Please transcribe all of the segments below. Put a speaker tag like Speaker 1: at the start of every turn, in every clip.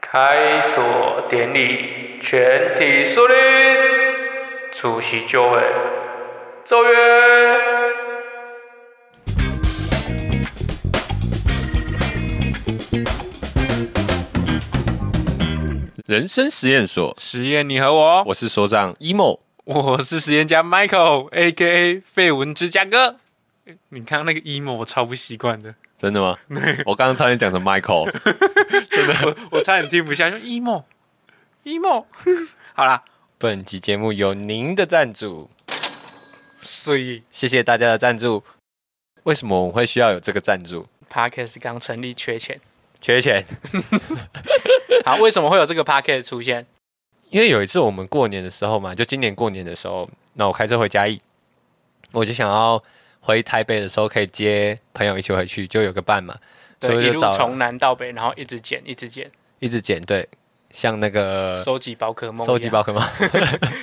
Speaker 1: 开锁典礼全体肃立，出席就会。奏乐。
Speaker 2: 人生实验所，
Speaker 1: 实验你和我，
Speaker 2: 我是所长 E emo。
Speaker 1: 我是实验家 Michael，A.K.A. 绯闻之家哥。你刚刚那个 emo 我超不习惯的，
Speaker 2: 真的吗？我刚刚差点讲成 Michael，
Speaker 1: 我我差点听不下，就 emo emo。好 啦，
Speaker 3: 本集节目有您的赞助，
Speaker 1: 所以
Speaker 3: 谢谢大家的赞助。为什么我们会需要有这个赞助？
Speaker 1: Podcast 刚成立缺钱。
Speaker 3: 缺钱，
Speaker 1: 好，为什么会有这个 Podcast 出现？
Speaker 3: 因为有一次我们过年的时候嘛，就今年过年的时候，那我开车回嘉义，我就想要回台北的时候可以接朋友一起回去，就有个伴嘛，所
Speaker 1: 对，
Speaker 3: 以
Speaker 1: 一
Speaker 3: 我
Speaker 1: 路
Speaker 3: 就找
Speaker 1: 从南到北，然后一直剪，一直剪，
Speaker 3: 一直剪对，像那个
Speaker 1: 收集宝可梦一样，
Speaker 3: 收集宝可梦，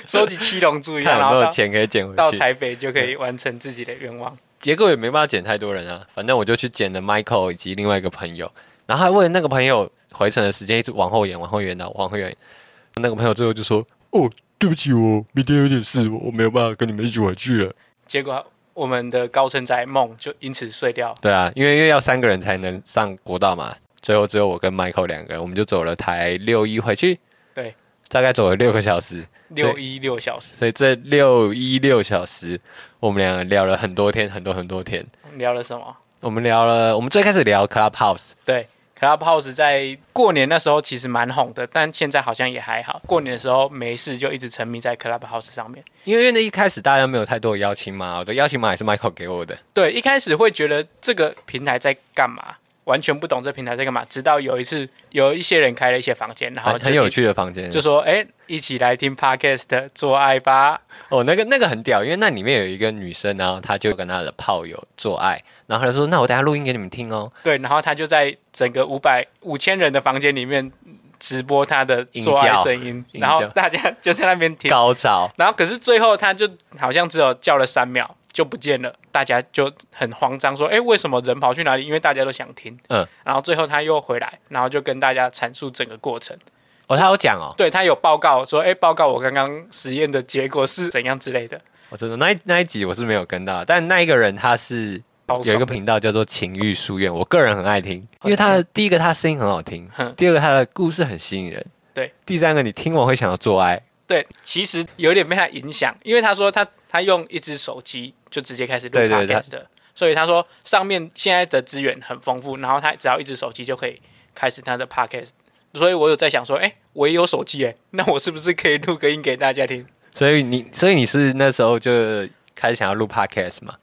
Speaker 1: 收集七龙珠一样，
Speaker 3: 看
Speaker 1: 然
Speaker 3: 有没
Speaker 1: 后
Speaker 3: 有
Speaker 1: 到
Speaker 3: 钱可以捡
Speaker 1: 到
Speaker 3: 回去。
Speaker 1: 台北就可以完成自己的愿望。
Speaker 3: 结果也没办法捡太多人啊，反正我就去捡了 Michael 以及另外一个朋友，然后还为了那个朋友回程的时间一直往后延，往后延，然后啊往后延。那个朋友最后就说：“哦，对不起，我明天有点事，我没有办法跟你们一起回去了。
Speaker 1: 结果我们的高承载梦就因此碎掉”。
Speaker 3: 对啊，因为因为要三个人才能上国道嘛，最后只有我跟 Michael 两个人，我们就走了台六一回去。
Speaker 1: 对，
Speaker 3: 大概走了六个小时，
Speaker 1: 六一六小时
Speaker 3: 所以这六一六小时，我们两个聊了很多天，很多很多天。
Speaker 1: 聊了什么？
Speaker 3: 我们聊了，我们最开始聊 Clubhouse。
Speaker 1: 对，Clubhouse 在过年那时候其实蛮红的，但现在好像也还好。过年的时候没事就一直沉迷在 Clubhouse 上面。
Speaker 3: 因为那一开始大家没有太多的邀请码，我的邀请码也是 Michael 给我的。
Speaker 1: 对，一开始会觉得这个平台在干嘛，完全不懂这平台在干嘛。直到有一次，有一些人开了一些房间，然后
Speaker 3: 很
Speaker 1: 就
Speaker 3: 很有，趣的房间，
Speaker 1: 就
Speaker 3: 就是
Speaker 1: 说：“哎、一起来听 podcast 做爱吧。
Speaker 3: 哦，那个那个很屌，因为那里面有一个女生，然后她就跟她的炮友做爱，然后她就说：“那我等下录音给你们 听哦。””
Speaker 1: 对，然后他就在整个五百五千人的房间里面直播他的做爱
Speaker 3: 淫叫
Speaker 1: 声音，
Speaker 3: 淫
Speaker 1: 然后
Speaker 3: 叫
Speaker 1: 大家就在那边听。
Speaker 3: 高 潮，
Speaker 1: 然后可是最后他就好像只有叫了三秒就不见了，大家就很慌张说：“哎，为什么人跑去哪里？”因为大家都想听。
Speaker 3: 嗯，
Speaker 1: 然后最后他又回来，然后就跟大家阐述整个过程。
Speaker 3: 哦，她有讲哦，
Speaker 1: 对他有报告说，哎，报告我刚刚实验的结果是怎样之类的。
Speaker 3: 我真的那一那一集我是没有跟到，但那一个人他是
Speaker 1: 保守
Speaker 3: 有一个频道叫做“情欲书院”，我个人很爱听，因为他的第一个他声音很好听，第二个他的故事很吸引人，
Speaker 1: 对，
Speaker 3: 第三个你听完会想要做爱，
Speaker 1: 对，其实有点被他影响，因为他说他他用一只手机就直接开始录
Speaker 3: 对对对
Speaker 1: podcast 的，所以他说上面现在的资源很丰富，然后他只要一只手机就可以开始他的 podcast。所以我有在想说，哎，我也有手机哎， 那我是不是可以录个音给大家听？
Speaker 3: 所以你所以你是那时候就开始想要录 podcast 嘛？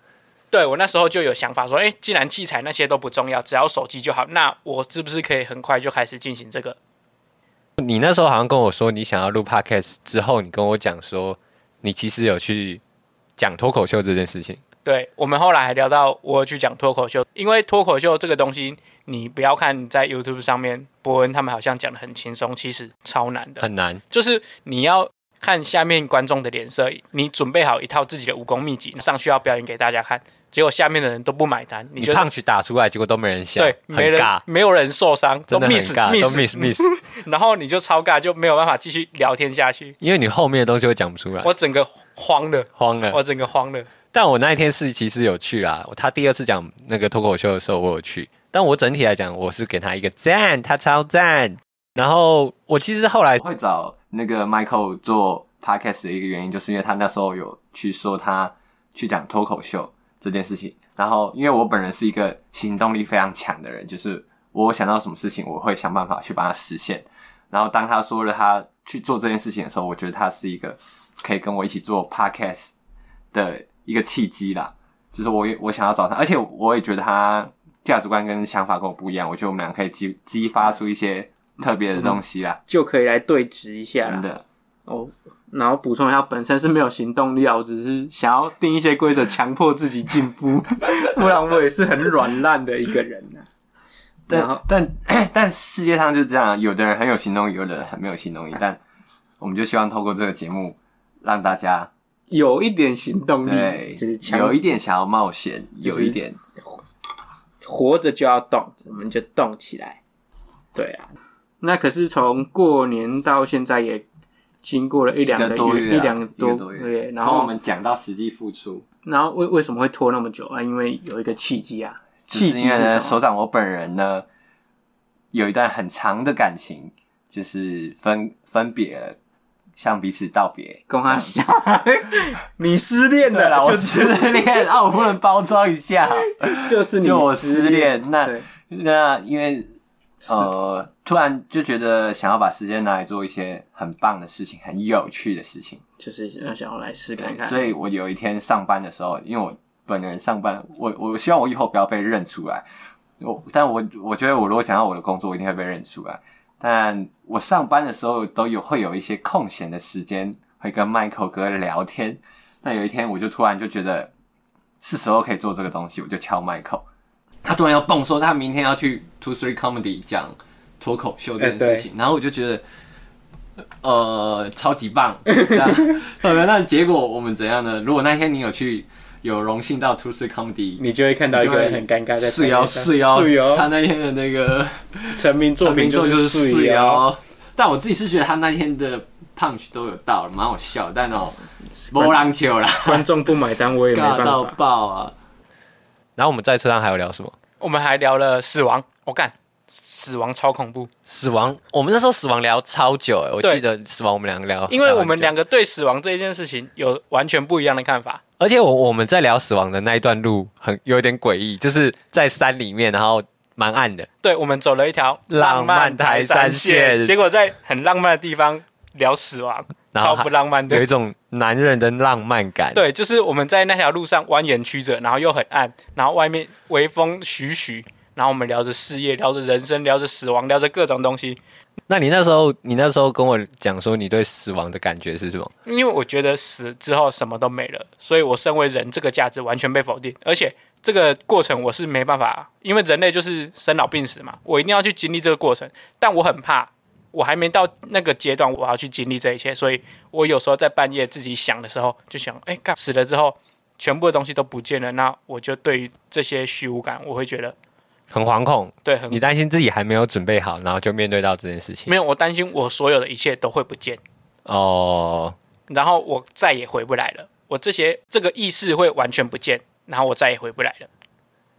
Speaker 1: 对我那时候就有想法说，哎，既然器材那些都不重要，只要手机就好，那我是不是可以很快就开始进行这个？
Speaker 3: 你那时候好像跟我说你想要录 podcast 之后，你跟我讲说你其实有去讲脱口秀这件事情。
Speaker 1: 对我们后来还聊到，我有去讲脱口秀，因为脱口秀这个东西，你不要看在 YouTube 上面，伯恩他们好像讲的很轻松，其实超难的，
Speaker 3: 很难，
Speaker 1: 就是你要看下面观众的脸色，你准备好一套自己的武功秘籍，上去要表演给大家看，结果下面的人都不买单，你
Speaker 3: 你
Speaker 1: 就
Speaker 3: 胖去打出来，结果都没人想，
Speaker 1: 对，没
Speaker 3: 很
Speaker 1: 人
Speaker 3: 尬，
Speaker 1: 没有人受伤，都
Speaker 3: 真的很
Speaker 1: miss
Speaker 3: 尬，都 miss miss，
Speaker 1: 然后你就超尬，就没有办法继续聊天下去，
Speaker 3: 因为你后面的东西会讲不出来，
Speaker 1: 我整个慌了，
Speaker 3: 慌了。
Speaker 1: 我整个慌了，
Speaker 3: 但我那一天是其实有去啦，他第二次讲那个脱口秀的时候我有去，但我整体来讲我是给他一个赞，他超赞。然后我其实后来
Speaker 4: 会找那个 Michael 做 podcast 的一个原因，就是因为他那时候有去说他去讲脱口秀这件事情。然后，因为我本人是一个行动力非常强的人，就是我想到什么事情，我会想办法去把它实现。然后，当他说了他去做这件事情的时候，我觉得他是一个可以跟我一起做 podcast 的一个契机啦。就是我也我想要找他，而且我也觉得他价值观跟想法跟我不一样，我觉得我们俩可以激激发出一些特别的东西啦。
Speaker 1: 就可以来对质一下
Speaker 4: 真的，
Speaker 1: 哦，然后补充一下，本身是没有行动力啊，我只是想要定一些规则，强迫自己进步， 不然我也是很软烂的一个人啊。然后
Speaker 4: 但但但 世界上就是这样，有的人很有行动力，有的人很没有行动力。但我们就希望透过这个节目，让大家
Speaker 5: 有一点行动力，
Speaker 4: 对
Speaker 5: 就是强
Speaker 4: 有一点想要冒险，有一点
Speaker 5: 活着就要动，我们就动起来。对啊，
Speaker 1: 那可是从过年到现在也经过了一两
Speaker 4: 一
Speaker 1: 个
Speaker 4: 个多
Speaker 1: 月，
Speaker 4: 月啊
Speaker 1: 一两个
Speaker 4: 一个
Speaker 1: 多
Speaker 4: 多
Speaker 1: 月，然
Speaker 4: 从我
Speaker 1: 后
Speaker 4: 们讲到实际付出，
Speaker 1: 然后为为什么会拖那么久啊？因为有一个契机啊，
Speaker 4: 只
Speaker 1: 契
Speaker 4: 是
Speaker 1: 机
Speaker 4: 因为
Speaker 1: 是
Speaker 4: 呢，
Speaker 1: 什么？
Speaker 4: 首长我本人呢有一段很长的感情，就是分分别了向彼此道别。
Speaker 1: 跟他笑，啊 你失恋
Speaker 4: 对了，
Speaker 1: 了，
Speaker 4: 我
Speaker 1: 就
Speaker 4: 失恋 啊，我不能包装一下，
Speaker 1: 就是你
Speaker 4: 就我
Speaker 1: 失
Speaker 4: 失恋。那
Speaker 1: 对
Speaker 4: 那因为呃，突然就觉得想要把时间拿来做一些很棒的事情，很有趣的事情。
Speaker 1: 就是想要来试看看，
Speaker 4: 所以我有一天上班的时候，因为我本人上班，我我希望我以后不要被认出来。我但我我觉得我如果讲到我的工作，我一定会被认出来。但我上班的时候都有会有一些空闲的时间，会跟 Michael 哥聊天。那有一天我就突然就觉得是时候可以做这个东西，我就敲 Michael。他突然要蹦说他明天要去 Two Three Comedy 讲脱口秀这件事情，然后我就觉得呃超级棒。这样 对，那结果我们怎样呢？如果那天你有去有荣幸到 Two Three Comedy，
Speaker 1: 你就会看到一个人很尴尬在
Speaker 4: 四幺四幺，
Speaker 1: 四
Speaker 4: 他
Speaker 1: 幺
Speaker 4: 那天的那个
Speaker 1: 成名作品
Speaker 4: 作
Speaker 1: 是
Speaker 4: 四
Speaker 1: 幺，
Speaker 4: 幺，但我自己是觉得他那天的 punch 都有到，蛮好笑，但哦，波浪球啦，
Speaker 1: 观众不买单我也没
Speaker 4: 尬
Speaker 1: 办
Speaker 4: 到
Speaker 1: 法。
Speaker 4: 爆啊！
Speaker 3: 然后我们在车上还有聊什么？
Speaker 1: 我们还聊了死亡，我干，死亡超恐怖，
Speaker 3: 死亡，我们那时候死亡聊超久哎、我
Speaker 1: 对
Speaker 3: 记得死亡我们两个聊，
Speaker 1: 因为我们
Speaker 3: 聊
Speaker 1: 两
Speaker 3: 很久，
Speaker 1: 个对死亡这件事情有完全不一样的看法。
Speaker 3: 而且我我们在聊死亡的那一段路很有点诡异，就是在山里面，然后蛮暗的，
Speaker 1: 对，我们走了一条
Speaker 3: 浪
Speaker 1: 漫
Speaker 3: 漫
Speaker 1: 台
Speaker 3: 台
Speaker 1: 山
Speaker 3: 山
Speaker 1: 线，
Speaker 3: 线
Speaker 1: 结果在很浪漫的地方聊死亡，
Speaker 3: 然
Speaker 1: 超
Speaker 3: 后
Speaker 1: 不浪漫
Speaker 3: 有
Speaker 1: 的
Speaker 3: 一。种男人的浪漫感。，
Speaker 1: 对，就是我们在那条路上蜿蜒曲折，然后又很暗，然后外面微风徐徐，然后我们聊着事业，聊着人生，聊着死亡，聊着各种东西。
Speaker 3: 那你那时候你那时候跟我讲说你对死亡的感觉是什么？
Speaker 1: 因为我觉得死之后什么都没了，所以我身为人这个价值完全被否定，而且这个过程我是没办法，因为人类就是生老病死嘛，我一定要去经历这个过程，但我很怕。我还没到那个阶段，我要去经历这一切，所以我有时候在半夜自己想的时候，就想，哎、干死了之后，全部的东西都不见了，那我就对于这些虚无感，我会觉得，
Speaker 3: 很惶恐，
Speaker 1: 对，很
Speaker 3: 你担心自己还没有准备好，然后就面对到这件事情。
Speaker 1: 嗯没有，我担心我所有的一切都会不见。
Speaker 3: 哦，
Speaker 1: 然后我再也回不来了，我这些这个意识会完全不见，然后我再也回不来了。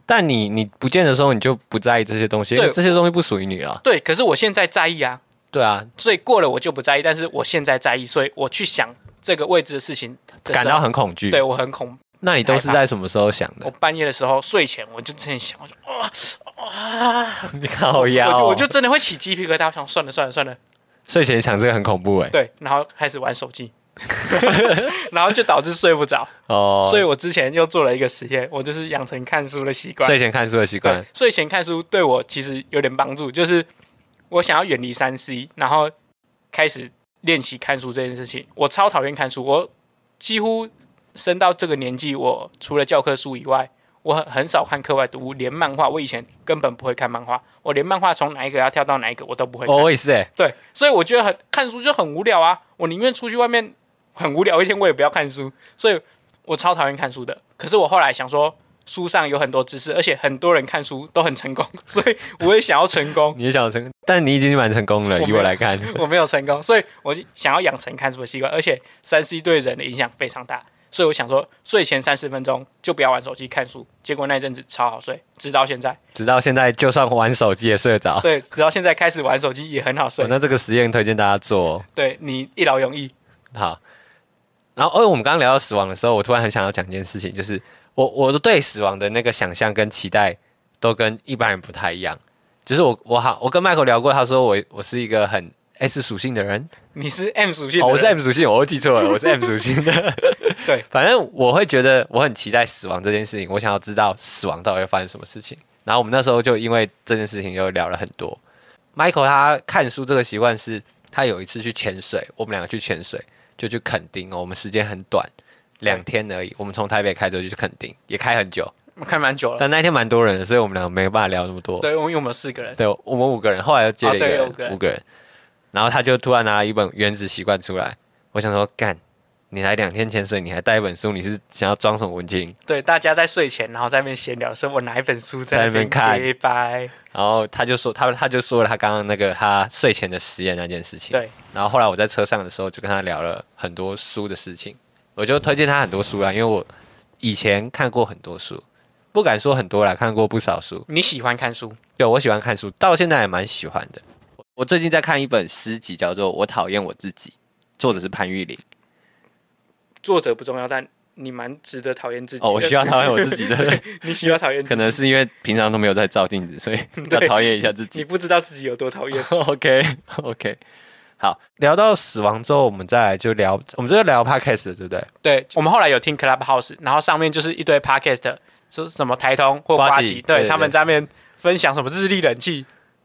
Speaker 3: 但你你不见的时候，你就不在意这些东西，因
Speaker 1: 对
Speaker 3: 为这些东西不属于你了。
Speaker 1: 对，可是我现在在意啊，
Speaker 3: 对啊，
Speaker 1: 所以过了我就不在意，但是我现在在意，所以我去想这个未知的事情的时候
Speaker 3: 感到很恐惧。
Speaker 1: 对，我很恐。
Speaker 3: 那你都是在什么时候想
Speaker 1: 我
Speaker 3: 的？
Speaker 1: 半夜的时候睡前我就之前想，我就
Speaker 3: 你靠
Speaker 1: 我
Speaker 3: 腰
Speaker 1: 就
Speaker 3: 哦，
Speaker 1: 我就真的会起鸡皮疙瘩，我想算了算了算了，
Speaker 3: 睡前想这个很恐怖哎。
Speaker 1: 对，然后开始玩手机。 然后就导致睡不着，
Speaker 3: 哦，
Speaker 1: 所以我之前又做了一个实验，我就是养成看书的习惯。
Speaker 3: 睡前看书的习惯
Speaker 1: 对，，睡前看书对我其实有点帮助，就是我想要远离三 C，然后开始练习看书这件事情。我超讨厌看书，我几乎升到这个年纪，我除了教科书以外，我很很少看课外读物，连漫画我以前根本不会看漫画，我连漫画从哪一个要跳到哪一个我都不会看。
Speaker 3: 哦，我也是哎。
Speaker 1: 对，所以我觉得很看书就很无聊啊，我宁愿出去外面很无聊一天，我也不要看书，所以我超讨厌看书的。可是我后来想说，书上有很多知识，而且很多人看书都很成功，所以我也想要成功，
Speaker 3: 你也想成，但你已经蛮成功了，
Speaker 1: 我没
Speaker 3: 以
Speaker 1: 有
Speaker 3: 我来看，
Speaker 1: 我没有成功，所以我就想要养成看书的习惯，而且三 C 对人的影响非常大。所以我想说，睡前三十分钟就不要玩手机看书，结果那一阵子超好睡，直到现在。
Speaker 3: 直到现在，就算玩手机也睡得着。
Speaker 1: 对，直到现在开始玩手机也很好睡
Speaker 3: 哦。那这个实验推荐大家做哦。
Speaker 1: 对你一劳永逸，
Speaker 3: 好，然后，因为哦我们刚刚聊到死亡的时候，我突然很想要讲一件事情，就是我我对死亡的那个想象跟期待都跟一般人不太一样。就是我我好，我跟 Michael 聊过，他说我我是一个很 S 属性的人，
Speaker 1: 你是 M 属性的
Speaker 3: 哦，
Speaker 1: 人、
Speaker 3: 我是 M 属性，我又记错了，我是 M 属性的。
Speaker 1: 对，
Speaker 3: 反正我会觉得我很期待死亡这件事情，我想要知道死亡到底会发生什么事情。然后我们那时候就因为这件事情又聊了很多。Michael 他看书这个习惯是，他有一次去潜水，我们两个去潜水，就去垦丁哦，我们时间很短，两天而已。我们从台北开车就去垦丁，也开很久，
Speaker 1: 我看蛮久了。
Speaker 3: 但那天蛮多人的，所以我们两个没办法聊那么多。
Speaker 1: 对，因为我们有四个人，
Speaker 3: 对，我们五个人，后来又接了一个人，
Speaker 1: 哦对五个人
Speaker 3: 五个人。然后他就突然拿了一本《原子习惯》出来，我想说，干，你才两天潜水，你还带一本书，你是想要装什么文青？
Speaker 1: 对，大家在睡前，然后在那边闲聊，说我哪一本书在
Speaker 3: 在那
Speaker 1: 那
Speaker 3: 边
Speaker 1: 边
Speaker 3: 看
Speaker 1: 拜。
Speaker 3: 然后他就说他他就说了他刚刚那个他睡前的实验那件事情。
Speaker 1: 对，
Speaker 3: 然后后来我在车上的时候就跟他聊了很多书的事情，我就推荐他很多书啦，因为我以前看过很多书，不敢说很多啦，看过不少书。
Speaker 1: 你喜欢看书？
Speaker 3: 对，我喜欢看书，到现在也蛮喜欢的。我最近在看一本诗集，叫做《我讨厌我自己》，作者是潘玉玲。
Speaker 1: 作者不重要，但你蛮值得讨厌自己的。
Speaker 3: 哦，我需要讨厌我自己的，
Speaker 1: 你需要讨厌自己，
Speaker 3: 可能是因为平常都没有在照镜子，所以要讨厌一下自己。
Speaker 1: 你。不知道自己有多讨厌
Speaker 3: OK OK，好，聊到死亡之后，我们再来就聊，我们这个聊 podcast 的对不 对？
Speaker 1: 对，我们后来有听 Clubhouse，然后上面就是一堆 podcast，说什么台通或
Speaker 3: 呱
Speaker 1: 瓜
Speaker 3: 唧
Speaker 1: 吉，
Speaker 3: 对
Speaker 1: 对
Speaker 3: 对
Speaker 1: 他们在那边分享什么日历冷气，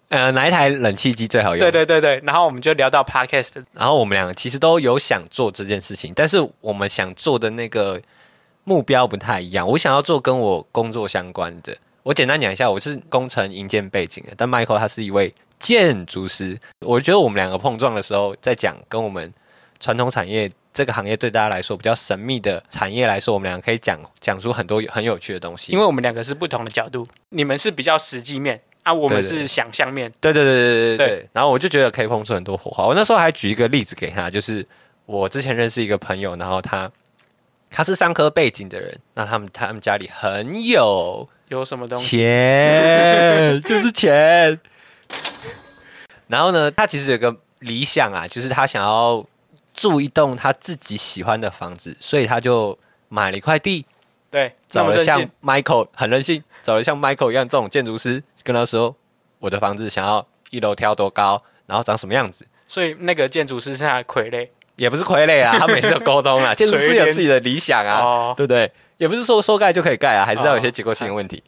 Speaker 3: 呃，哪一台冷气机最好用？
Speaker 1: 对对对对，然后我们就聊到 podcast，
Speaker 3: 然后我们两个其实都有想做这件事情，但是我们想做的那个目标不太一样。我想要做跟我工作相关的。我简单讲一下，我是工程营建背景的，但 Michael 他是一位建筑师。我觉得我们两个碰撞的时候，在讲跟我们传统产业这个行业对大家来说比较神秘的产业来说，我们两个可以讲讲出很多很有趣的东西。
Speaker 1: 因为我们两个是不同的角度，你们是比较实际面啊，我们
Speaker 3: 对对
Speaker 1: 是想象面。
Speaker 3: 对对对对对对。
Speaker 1: 对
Speaker 3: 然后我就觉得可以碰出很多火花。我那时候还举一个例子给他，就是我之前认识一个朋友，然后他他是商科背景的人，那他们他们家里很有
Speaker 1: 有什么东西？
Speaker 3: 钱，就是钱。然后呢，他其实有个理想啊，就是他想要住一栋他自己喜欢的房子，所以他就买了一块地，
Speaker 1: 对，那
Speaker 3: 找
Speaker 1: 么
Speaker 3: 了
Speaker 1: 任
Speaker 3: 像
Speaker 1: 性，
Speaker 3: Michael 很任性，找了像 Michael 一样这种建筑师，跟他说我的房子想要一楼挑多高，然后长什么样子，
Speaker 1: 所以那个建筑师是他的傀儡。
Speaker 3: 也不是傀儡啊，他每次都沟 通啊，建筑师有自己的理想啊，
Speaker 1: 哦
Speaker 3: 对不对？也不是说说盖就可以盖啊，还是要有一些结构性的问题。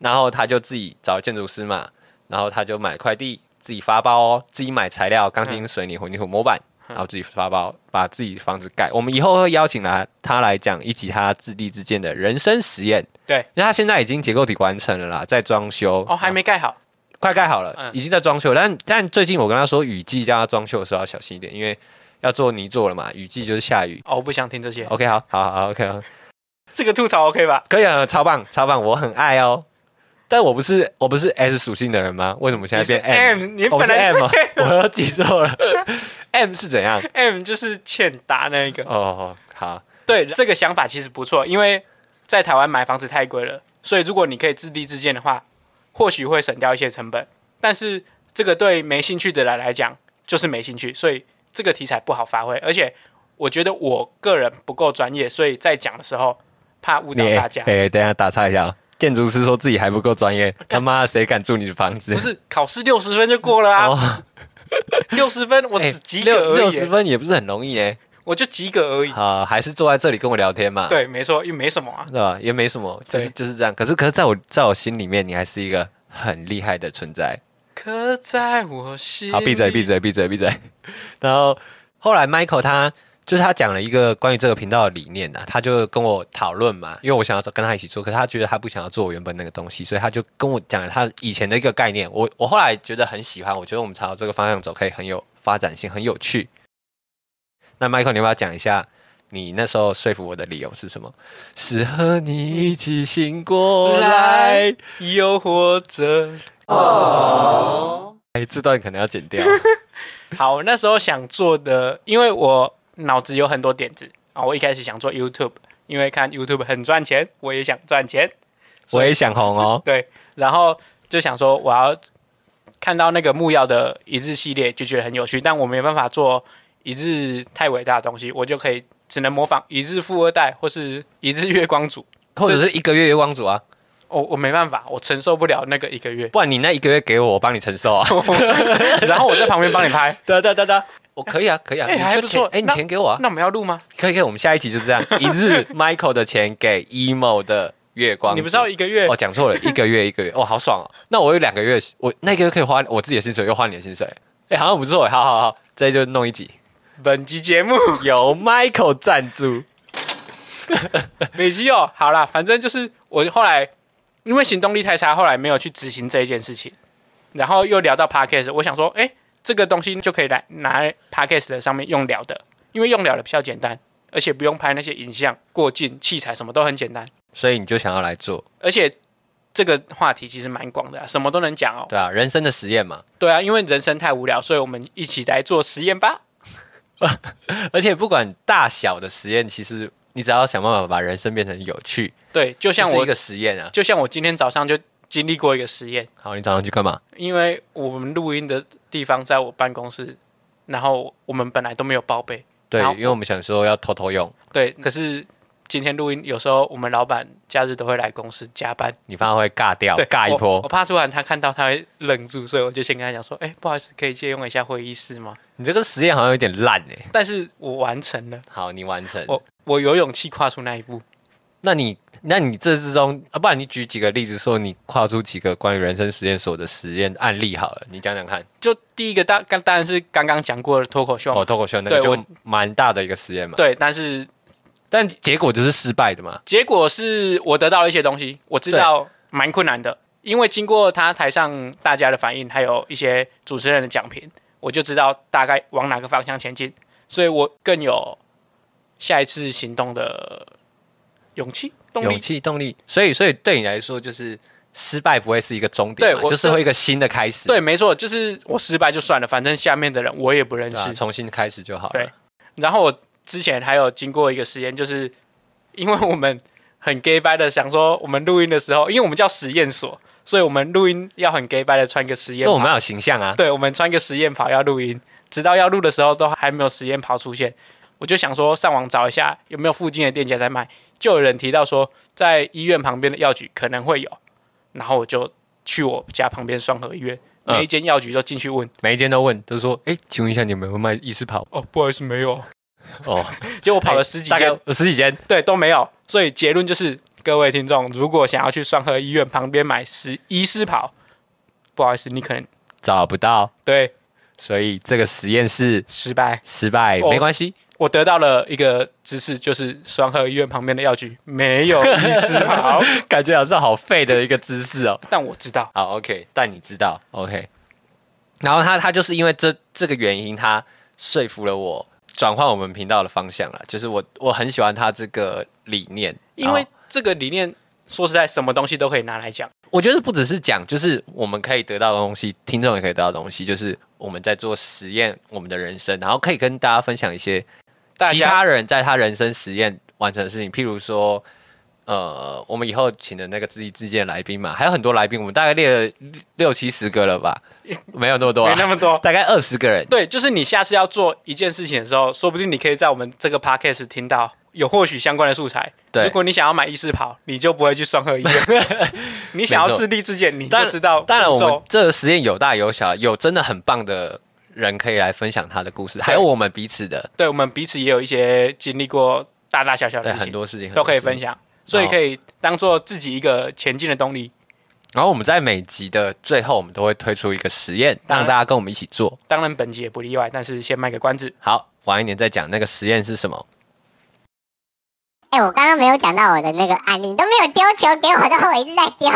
Speaker 3: 然后他就自己找建筑师嘛，然后他就买块地，自己发包哦，自己买材料，钢筋、水泥、混凝土、模板，
Speaker 1: 嗯
Speaker 3: 然后自己发包，把自己房子盖。我们以后会邀请来他来讲一集他自立自建的人生实验。
Speaker 1: 对
Speaker 3: 因为他现在已经结构体完成了啦，在装修
Speaker 1: 哦，还没盖好。
Speaker 3: 快盖好了
Speaker 1: 嗯，
Speaker 3: 已经在装修。但但最近我跟他说，雨季叫他装修的时候要小心一点，因为要做泥做了嘛，雨季就是下雨。
Speaker 1: 哦，我不想听这些。
Speaker 3: OK，好，好，好，OK，好
Speaker 1: 这个吐槽 OK 吧？
Speaker 3: 可以啊，超棒，超棒，我很爱哦。但我不是我不是 S 属性的人吗？为什么现在变
Speaker 1: 你是 M，你
Speaker 3: 我不是
Speaker 1: 本来
Speaker 3: M，
Speaker 1: 是
Speaker 3: 哦我又记错了。M 是怎样？
Speaker 1: M 就是欠打那一个。
Speaker 3: 哦，好，
Speaker 1: 对，这个想法其实不错，因为在台湾买房子太贵了，所以如果你可以自立自建的话，或许会省掉一些成本。但是这个对没兴趣的人来讲就是没兴趣，所以这个题材不好发挥。而且我觉得我个人不够专业，所以在讲的时候怕误
Speaker 3: 你
Speaker 1: 导大
Speaker 3: 哎、
Speaker 1: 家。
Speaker 3: 等一下打岔一下哦，建筑师说自己还不够 专业，他妈的谁敢住你的房子？
Speaker 1: 不是考试六十分就过了啊，
Speaker 3: 哦，
Speaker 1: 六十、分我
Speaker 3: 哎
Speaker 1: 只及格
Speaker 3: 六
Speaker 1: 而
Speaker 3: 六
Speaker 1: 已
Speaker 3: 十，分也不是很容易哎。
Speaker 1: 我就及格而已。
Speaker 3: 啊、还是坐在这里跟我聊天嘛？
Speaker 1: 对，没错，因为没什么啊。
Speaker 3: 是吧？也没什么，就是
Speaker 1: 对
Speaker 3: 就是这样。可是可是，在我在我心里面，你还是一个很厉害的存在。
Speaker 1: 刻在我心。
Speaker 3: 好，闭嘴，闭。嘴，闭嘴，闭嘴。 然后后来 Michael 他就是他讲了一个关于这个频道的理念呐、啊他就跟我讨论嘛，因为我想要跟他一起做，可是他觉得他不想要做我原本那个东西，所以他就跟我讲了他以前的一个概念。我我后来觉得很喜欢，我觉得我们朝这个方向走可以很有发展性，很有趣。那 Michael，你要不要讲一下你那时候说服我的理由是什么？是和你一起醒过来。
Speaker 1: 又活着。
Speaker 3: 哎，这段可能要剪掉。
Speaker 1: 好，那时候想做的，因为我脑子有很多点子啊。我一开始想做 YouTube，因为看 YouTube 很赚钱，我也想赚钱。
Speaker 3: 我也想 红哦。
Speaker 1: 对，然后就想说我要看到那个木曜的一日系列，就觉得很有趣，但我没办法做一日太伟大的东西，我就可以只能模仿一日富二代或是一日月光族。
Speaker 3: 或者是一个月月光族啊，
Speaker 1: 我、我没办法，我承受不了那个一个月，
Speaker 3: 不然你那一个月给我，我帮你承受 啊。
Speaker 1: 然后我在旁边帮你拍。
Speaker 3: 对对对对，我可以啊，可以啊，
Speaker 1: 哎
Speaker 3: 你就
Speaker 1: 还不错
Speaker 3: 钱哎，你
Speaker 1: 那
Speaker 3: 钱给我啊，
Speaker 1: 啊那我们要录吗？
Speaker 3: 可以可以，我们下一集就是 这样，一日 Michael 的钱给 emo 的月光族，
Speaker 1: 你不是要一个月
Speaker 3: 哦，讲错了，一个月一个月，哦，好爽哦。那我有两个月，我那个月可以花我自己的薪水，又花你的薪水，哎，好像不错，好好好，这就弄 一集，
Speaker 1: 本集节 目？
Speaker 3: 有 Michael 赞助，
Speaker 1: 美肌哦，好啦，反正就是我后来因为行动力太差，后来没有去执行这一件事情。然后又聊到 podcast，我想说，哎，这个东西就可以来拿来 podcast 的上面用聊的，因为用聊的比较简单，而且不用拍那些影像、过境、器材，什么都很简单。
Speaker 3: 所以你就想要来做，
Speaker 1: 而且这个话题其实蛮广的、啊，什么都能讲哦。
Speaker 3: 对啊，人生的实验嘛。
Speaker 1: 对啊，因为人生太无聊，所以我们一起来做实验吧。
Speaker 3: 而且不管大小的实验，其实你只要想办法把人生变成有趣，
Speaker 1: 对，就像
Speaker 3: 就是
Speaker 1: 我
Speaker 3: 一个实验啊。
Speaker 1: 就像我今天早上就经历过一个实验，
Speaker 3: 好，你早上去干嘛？
Speaker 1: 因为我们录音的地方在我办公室，然后我们本来都没有报备，
Speaker 3: 对，
Speaker 1: 然后
Speaker 3: 因为我们想说要偷偷用，
Speaker 1: 对，可是今天录音有时候我们老板假日都会来公司加班，
Speaker 3: 你怕会尬掉，
Speaker 1: 对，
Speaker 3: 尬一
Speaker 1: 我我
Speaker 3: 波。
Speaker 1: 怕突然他看到他会愣住，所以我就先跟他讲说，哎、不好意思，可以借用一下会议室吗？
Speaker 3: 你这个实验好像有点烂哎。
Speaker 1: 但是我完成了，
Speaker 3: 好，你完成。
Speaker 1: 我我有勇气跨出那一步。
Speaker 3: 那你那你这之中啊，不然你举几个例子，说你跨出几个关于人生实验所的实验案例好了，你讲讲看。
Speaker 1: 就第一个大，刚当然是刚刚讲过的脱口秀嘛，
Speaker 3: 哦，脱口秀那个
Speaker 1: 对我
Speaker 3: 就蛮大的一个实验嘛，
Speaker 1: 对，但是
Speaker 3: 但结果就是失败的嘛。
Speaker 1: 结果是我得到了一些东西，我知道蛮困难的，因为经过他台上大家的反应，还有一些主持人的讲评，我就知道大概往哪个方向前进，所以我更有下一次行动的勇气、动
Speaker 3: 勇
Speaker 1: 力。
Speaker 3: 气、动力。所以，所以对你来说，就是失败不会是一个终点
Speaker 1: 对
Speaker 3: 嘛，
Speaker 1: 我
Speaker 3: 就是会一个新的开始，
Speaker 1: 对，没错，就是我失败就算了，反正下面的人我也不认
Speaker 3: 对啊，
Speaker 1: 识。
Speaker 3: 重新开始就好了。
Speaker 1: 对然后我之前还有经过一个实验，就是因为我们很 gay 掰的想说，我们录音的时候，因为我们叫实验所，所以我们录音要很 gay 掰的穿个实验
Speaker 3: 因为
Speaker 1: 袍。
Speaker 3: 我们要有形象 啊，
Speaker 1: 对，我们穿个实验袍要录音，直到要录的时候都还没有实验袍出现。我就想说上网找一下有没有附近的店家在卖，就有人提到说在医院旁边的药局可能会有，然后我就去我家旁边双河医院，
Speaker 3: 嗯
Speaker 1: 每一间药局都进去问。
Speaker 3: 每一间都问，都说，哎，请问一下你们有没有卖意识跑？
Speaker 1: 哦，不好意思，没有。
Speaker 3: 哦，
Speaker 1: 结果我跑了十几
Speaker 3: 大概
Speaker 1: 间，
Speaker 3: 有十几间，
Speaker 1: 对，都没有。所以结论就是，各位听众，如果想要去双河医院旁边买十医师袍，不好意思，你可能
Speaker 3: 找不到，
Speaker 1: 对
Speaker 3: 所以这个实验是
Speaker 1: 失败。
Speaker 3: 失败，
Speaker 1: 哦
Speaker 3: 没关系。
Speaker 1: 我得到了一个知识，就是双河医院旁边的药局没 有医师袍，
Speaker 3: 感觉好像好废的一个姿势哦。
Speaker 1: 但我知道，
Speaker 3: 好，OK，但你知道，OK。然后他他就是因为这这个原因，他说服了我转换我们频道的方向了，就是我我很喜欢他这个理念，
Speaker 1: 因为
Speaker 3: 然后
Speaker 1: 这个理念，说实在，什么东西都可以拿来讲。
Speaker 3: 我觉得不只是讲，就是我们可以得到的东西，听众也可以得到的东西，就是我们在做实验我们的人生，然后可以跟大家分享一些
Speaker 1: 大
Speaker 3: 其
Speaker 1: 家
Speaker 3: 他人在他人生实验完成的事情，譬如说。呃，我们以后请的那个知己之间的来宾嘛，还有很多来宾，我们大概列了六六七十个了 吧？没有那么多、啊，
Speaker 1: 没那么多。
Speaker 3: 大概二十个人。
Speaker 1: 对，就是你下次要做一件事情的时候，说不定你可以在我们这个 podcast 听到有获取相关的素材。
Speaker 3: 对
Speaker 1: 如果你想要买医师袍，你就不会去双合医院； 你想要自立自建，你
Speaker 3: 当
Speaker 1: 就知道步骤。
Speaker 3: 当然，我们这个实验有大有小，有真的很棒的人可以来分享他的故事，还有我们彼此的
Speaker 1: 对我们彼此也有一些经历过大大小小
Speaker 3: 对
Speaker 1: 的事情，
Speaker 3: 很多事情
Speaker 1: 都可以分。
Speaker 3: 很多事情
Speaker 1: 享，所以可以当做自己一个前进的动力。
Speaker 3: 然后我们在每集的最后，我们都会推出一个实验，
Speaker 1: 当
Speaker 3: 让
Speaker 1: 然
Speaker 3: 大家跟我们一起做。
Speaker 1: 当然，本集也不例外，但是先卖个关子。
Speaker 3: 好，晚一点再讲那个实验是什么。
Speaker 6: 哎、我刚刚没有讲到我的那个案例，你都没有丢球给我，但我一直在丢。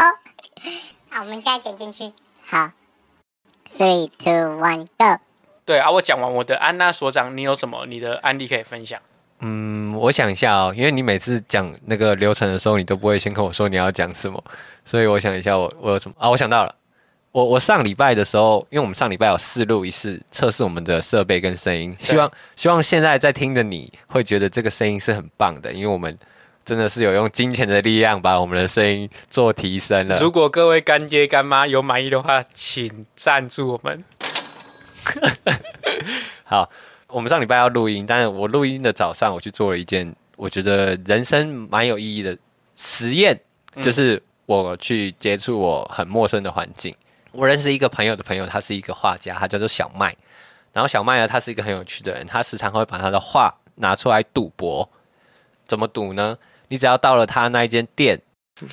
Speaker 6: 好，我们现在剪进去。好，three two one go。
Speaker 1: 对啊，我讲完我的安娜所长，你有什么你的案例可以分享？
Speaker 3: 嗯，我想一下哦，因为你每次讲那个流程的时候，你都不会先跟我说你要讲什么，所以我想一下我，我有什么啊？我想到了，我我上礼拜的时候，因为我们上礼拜有试录一试，测试我们的设备跟声音，希望希望现在在听的你会觉得这个声音是很棒的，因为我们真的是有用金钱的力量把我们的声音做提升了。
Speaker 1: 如果各位干爹干妈有满意的话，请赞助我们。
Speaker 3: 好，我们上礼拜要录音，但是我录音的早上，我去做了一件我觉得人生蛮有意义的实验，就是我去接触我很陌生的环境。我认识一个朋友的朋友，他是一个画家，他叫做小麦。然后小麦呢，他是一个很有趣的人，他时常会把他的画拿出来赌博。怎么赌呢？你只要到了他那一间店，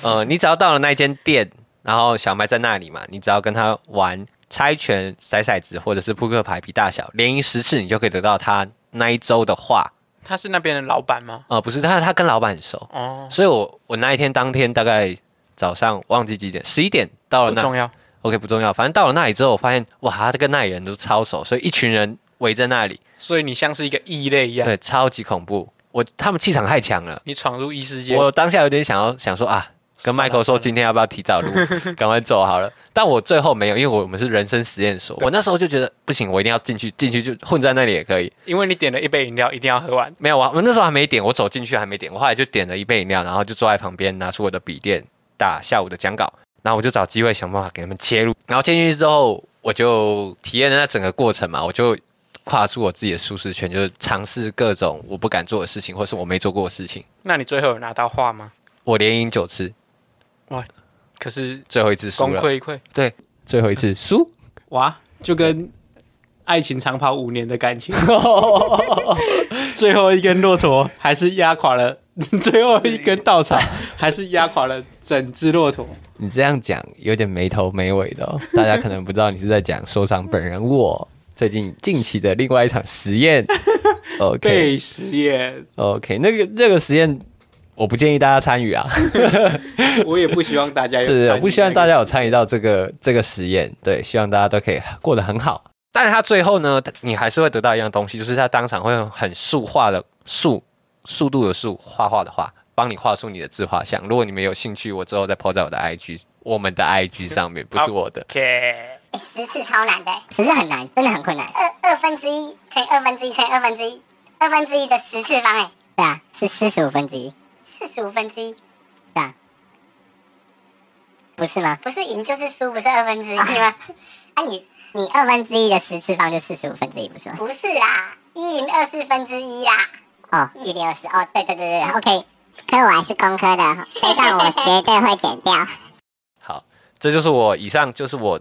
Speaker 3: 呃，你只要到了那一间店，然后小麦在那里嘛，你只要跟他玩猜拳、骰骰子或者是扑克牌比大小，连赢十次，你就可以得到他那一周的画。
Speaker 1: 他是那边的老板吗？
Speaker 3: 呃，不是他，他跟老板很熟，
Speaker 1: 哦，
Speaker 3: 所以我我那一天当天大概早上忘记几点，十一点到了
Speaker 1: 不
Speaker 3: 那
Speaker 1: 重要。
Speaker 3: ，OK 不重要，反正到了那里之后，我发现哇，他跟那里人都超熟，所以一群人围在那里，
Speaker 1: 所以你像是一个异类一样。
Speaker 3: 对，超级恐怖。我他们气场太强了，
Speaker 1: 你闯入异世界，
Speaker 3: 我当下有点想要想说啊，跟
Speaker 1: 算了
Speaker 3: Michael
Speaker 1: 算
Speaker 3: 说
Speaker 1: 了
Speaker 3: 今天要不要提早录， 赶快走好了。但我最后没有，因为我们是人生实验所，我那时候就觉得不行，我一定要进去，进去就混在那里也可以。
Speaker 1: 因为你点了一杯饮料，一定要喝完。
Speaker 3: 没有啊，我那时候还没点，我走进去还没点，我后来就点了一杯饮料，然后就坐在旁边拿出我的笔电打下午的讲稿，然后我就找机会想办法给他们切入，然后切进去之后，我就体验了那整个过程嘛，我就跨出我自己的舒适圈，就是尝试各种我不敢做的事情，或是我没做过的事情。
Speaker 1: 那你最后有拿到画吗？
Speaker 3: 我连赢九次，
Speaker 1: 可是
Speaker 3: 最后一次输
Speaker 1: 功
Speaker 3: 了，
Speaker 1: 亏一篑。
Speaker 3: 最后一次输。
Speaker 5: 哇，就跟爱情长跑五年的感 情，最后一根骆驼还是压垮了， 最后一根稻草还是压垮了整只骆驼。
Speaker 3: 你这样讲有点没头没尾的、 哦，大家可能不知道你是在讲收藏本人我最近近期的另外一场实 验。OK
Speaker 5: 被实验，
Speaker 3: OK，那个那个实验我不建议大家参与啊，
Speaker 5: 我也不希望大家有
Speaker 3: 对对，
Speaker 5: 参
Speaker 3: 我
Speaker 5: 与
Speaker 3: 不希望大家有
Speaker 5: 那个
Speaker 3: 参与到这个这个实验，对，希望大家都可以过得很好。但是他最后呢，你还是会得到一样东西，就是他当场会用很速画的速速度的速画画的画，帮你画出你的自画像。如果你们有兴趣，我之后再 po 在我的 IG，我们的 IG 上面，不是我的。
Speaker 1: OK，
Speaker 6: 哎，十次超难的，十次很难，真的很困难。二二分之一乘以二分之一乘以二分之一，二分之一的十次方哎。对啊，是四十五分之一，四十五分之一，对啊，不是吗？不是赢就是输，不是二分之一吗？啊你你二分之一的十次方就四十五分之一，不是吗？不是啦，一零二四分之一啦。哦，一零二四，哦，对对对对，OK。科我还是工科的，这段我绝对会剪掉。
Speaker 3: 好，这就是我以上就是我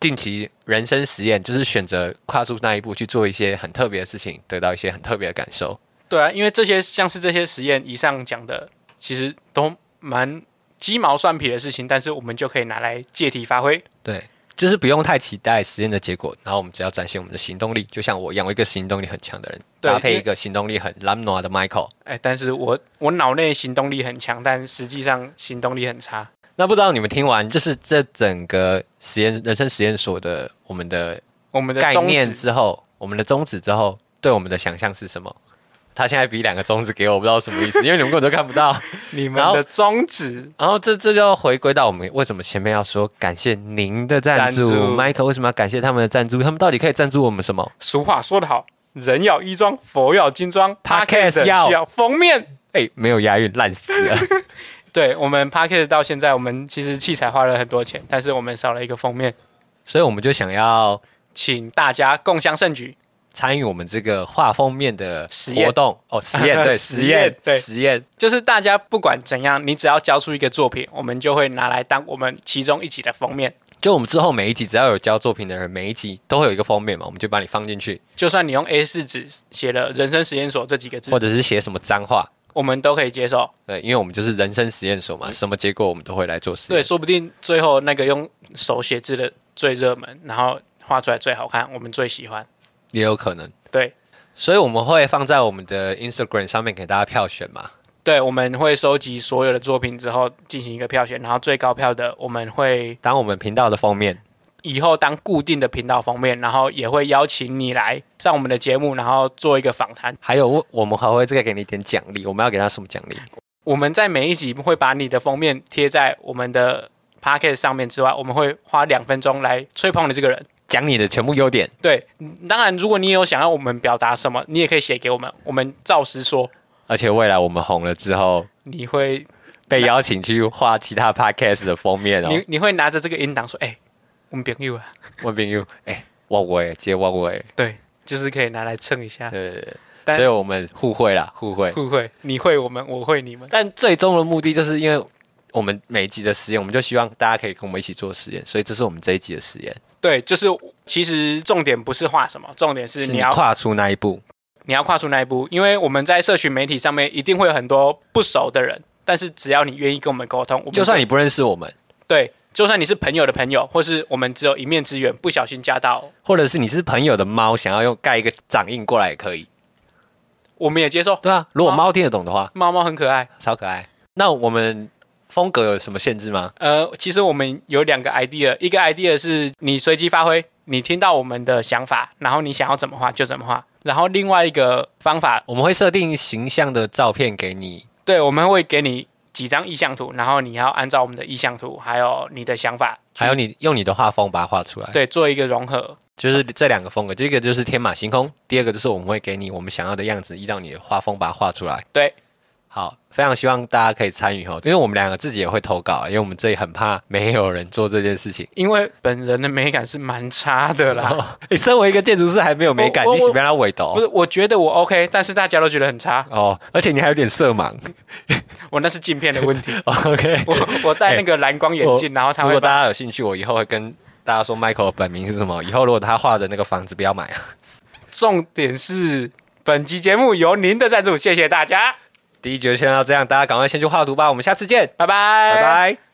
Speaker 3: 近期人生实验，就是选择跨出那一步去做一些很特别的事情，得到一些很特别的感受。
Speaker 1: 对啊，因为这些像是这些实验以上讲的，其实都蛮鸡毛蒜皮的事情，但是我们就可以拿来借题发挥。
Speaker 3: 对，就是不用太期待实验的结果，然后我们只要展现我们的行动力，就像我一样，我一个行动力很强的人，
Speaker 1: 对
Speaker 3: 搭配
Speaker 1: 因
Speaker 3: 一
Speaker 1: 为
Speaker 3: 个行动力很 lamna 的 Michael。
Speaker 1: 哎，但是我我脑内行动力很强，但实际上行动力很差。
Speaker 3: 那不知道你们听完，就是这整个实验人生实验所的我们的
Speaker 1: 我们的
Speaker 3: 概
Speaker 1: 宗
Speaker 3: 念
Speaker 1: 旨
Speaker 3: 之后，我们的宗旨之后，对我们的想象是什么？他现在比两个中指给我，我不知道什么意思，因为你们根本都看不到。
Speaker 1: 你
Speaker 3: 然
Speaker 1: 们
Speaker 3: 后
Speaker 1: 的宗旨，
Speaker 3: 然后这这就要回归到我们为什么前面要说感谢您的赞助
Speaker 1: 赞助
Speaker 3: m i c h a e l 为什么要感谢他们的赞助？他们到底可以赞助我们什么？
Speaker 1: 俗话说得好，人要衣装，佛要金装
Speaker 3: Podcast
Speaker 1: 需
Speaker 3: 要
Speaker 1: 要封面。
Speaker 3: 哎，没有押韵，烂死了。
Speaker 1: 对我们 p a c k a g e 到现在，我们其实器材花了很多钱，但是我们少了一个封面，
Speaker 3: 所以我们就想要
Speaker 1: 请大家共襄盛举。
Speaker 3: 参与我们这个画封面的
Speaker 1: 实验
Speaker 3: 活动哦，实验对，
Speaker 1: 实验对
Speaker 3: 实验。
Speaker 1: 就是大家不管怎样，你只要交出一个作品，我们就会拿来当我们其中一集的封面。
Speaker 3: 就我们之后每一集只要有交作品的人，每一集都会有一个封面嘛，我们就把你放进去，
Speaker 1: 就算你用 A 4纸写了“人生实验所”这几个字
Speaker 3: 或，者是写什么脏话，
Speaker 1: 我们都可以接受。
Speaker 3: 对，因为我们就是人生实验所嘛，什么结果我们都会来做实
Speaker 1: 对，
Speaker 3: 验。
Speaker 1: 说不定最后那个用手写字的最热门，然后画出来最好看，我们最喜欢。
Speaker 3: 对，也有可能。
Speaker 1: 对，
Speaker 3: 所以我们会放在我们的 Instagram 上面给大家票选嘛。
Speaker 1: 对，我们会收集所有的作品之后进行一个票选，然后最高票的我们会
Speaker 3: 当我们频道的封面，
Speaker 1: 以后当固定的频道封面，然后也会邀请你来上我们的节目，然后做一个访谈。
Speaker 3: 还有我我们还会再给你一点奖励。我们要给他什么奖励？
Speaker 1: 我们在每一集会把你的封面贴在我们的 p a c k e t 上面之外，我们会花两分钟来吹捧你这个人。
Speaker 3: 讲你的全部优点。
Speaker 1: 对，嗯当然，如果你有想要我们表达什么，你也可以写给我们，我们照实说。
Speaker 3: 而且未来我们红了之后，
Speaker 1: 你会，
Speaker 3: 被邀请去画其他 podcast 的封面哦。
Speaker 1: 你你会拿着这个音档说：“哎、我们朋友啊，
Speaker 3: 问朋友，哎、我我接我我，对
Speaker 1: 对，就是可以拿来蹭一下，
Speaker 3: 对对，
Speaker 1: 但
Speaker 3: 所以我们互惠啦，互惠。
Speaker 1: 互惠，你会我们，我会你们。
Speaker 3: 但最终的目的就是因为我们每一集的实验，我们就希望大家可以跟我们一起做实验，所以这是我们这一集的实验，”
Speaker 1: 对，就是其实重点不是画什么，重点是
Speaker 3: 是
Speaker 1: 你
Speaker 3: 你
Speaker 1: 要
Speaker 3: 跨出那一步。
Speaker 1: 你要跨出那一步，因为我们在社群媒体上面一定会有很多不熟的人，但是只要你愿意跟我们沟通，我们
Speaker 3: 就算
Speaker 1: 你。
Speaker 3: 你不认识我们，
Speaker 1: 对，就算你是朋友的朋友，或是我们只有一面之缘，不小心加到，
Speaker 3: 或者是你是朋友的猫，想要用盖一个掌印过来也可以。
Speaker 1: 我们也接受。
Speaker 3: 对啊，如果猫听得懂的话，
Speaker 1: 猫猫很可爱，
Speaker 3: 超可爱。那我们风格有什么限制吗？
Speaker 1: 呃，其实我们有两个 idea，一个 idea 是你随机发挥，你听到我们的想法，然后你想要怎么画就怎么画。然后另外一个方法，
Speaker 3: 我们会设定形象的照片给你，
Speaker 1: 对，我们会给你几张意向图，然后你要按照我们的意向图，还有你的想法，
Speaker 3: 还有你用你的画风把它画出来。，
Speaker 1: 对，做一个融合。
Speaker 3: 就是这两个风格，第一个就是天马行空，第二个就是我们会给你我们想要的样子，依照你的画风把它画出来。
Speaker 1: 对，
Speaker 3: 好，非常希望大家可以参与哦，因为我们两个自己也会投稿，啊因为我们这里很怕没有人做这件事情。
Speaker 1: 因为本人的美感是蛮差的啦，
Speaker 3: 哦，你身为一个建筑师还没有美感，
Speaker 1: 我我
Speaker 3: 你喜不喜欢他尾
Speaker 1: 不
Speaker 3: 斗？
Speaker 1: 是，我觉得我 OK，但是大家都觉得很差，
Speaker 3: 哦，而且你还有点色盲。
Speaker 1: 我那是镜片的问 题。
Speaker 3: 哦 OK，
Speaker 1: 我我戴那个蓝光眼镜，然后他
Speaker 3: 哎如
Speaker 1: 会
Speaker 3: 果大
Speaker 1: 把
Speaker 3: 家有兴趣，我以后会跟大家说 Michael 的本名是什么。以后如果他画的那个房子不要买啊。
Speaker 1: 重点是本期节目由您的赞助，谢谢大家，
Speaker 3: 第一局就先到这样，大家赶快先去画图吧，我们下次见，
Speaker 1: 拜拜，
Speaker 3: 拜拜。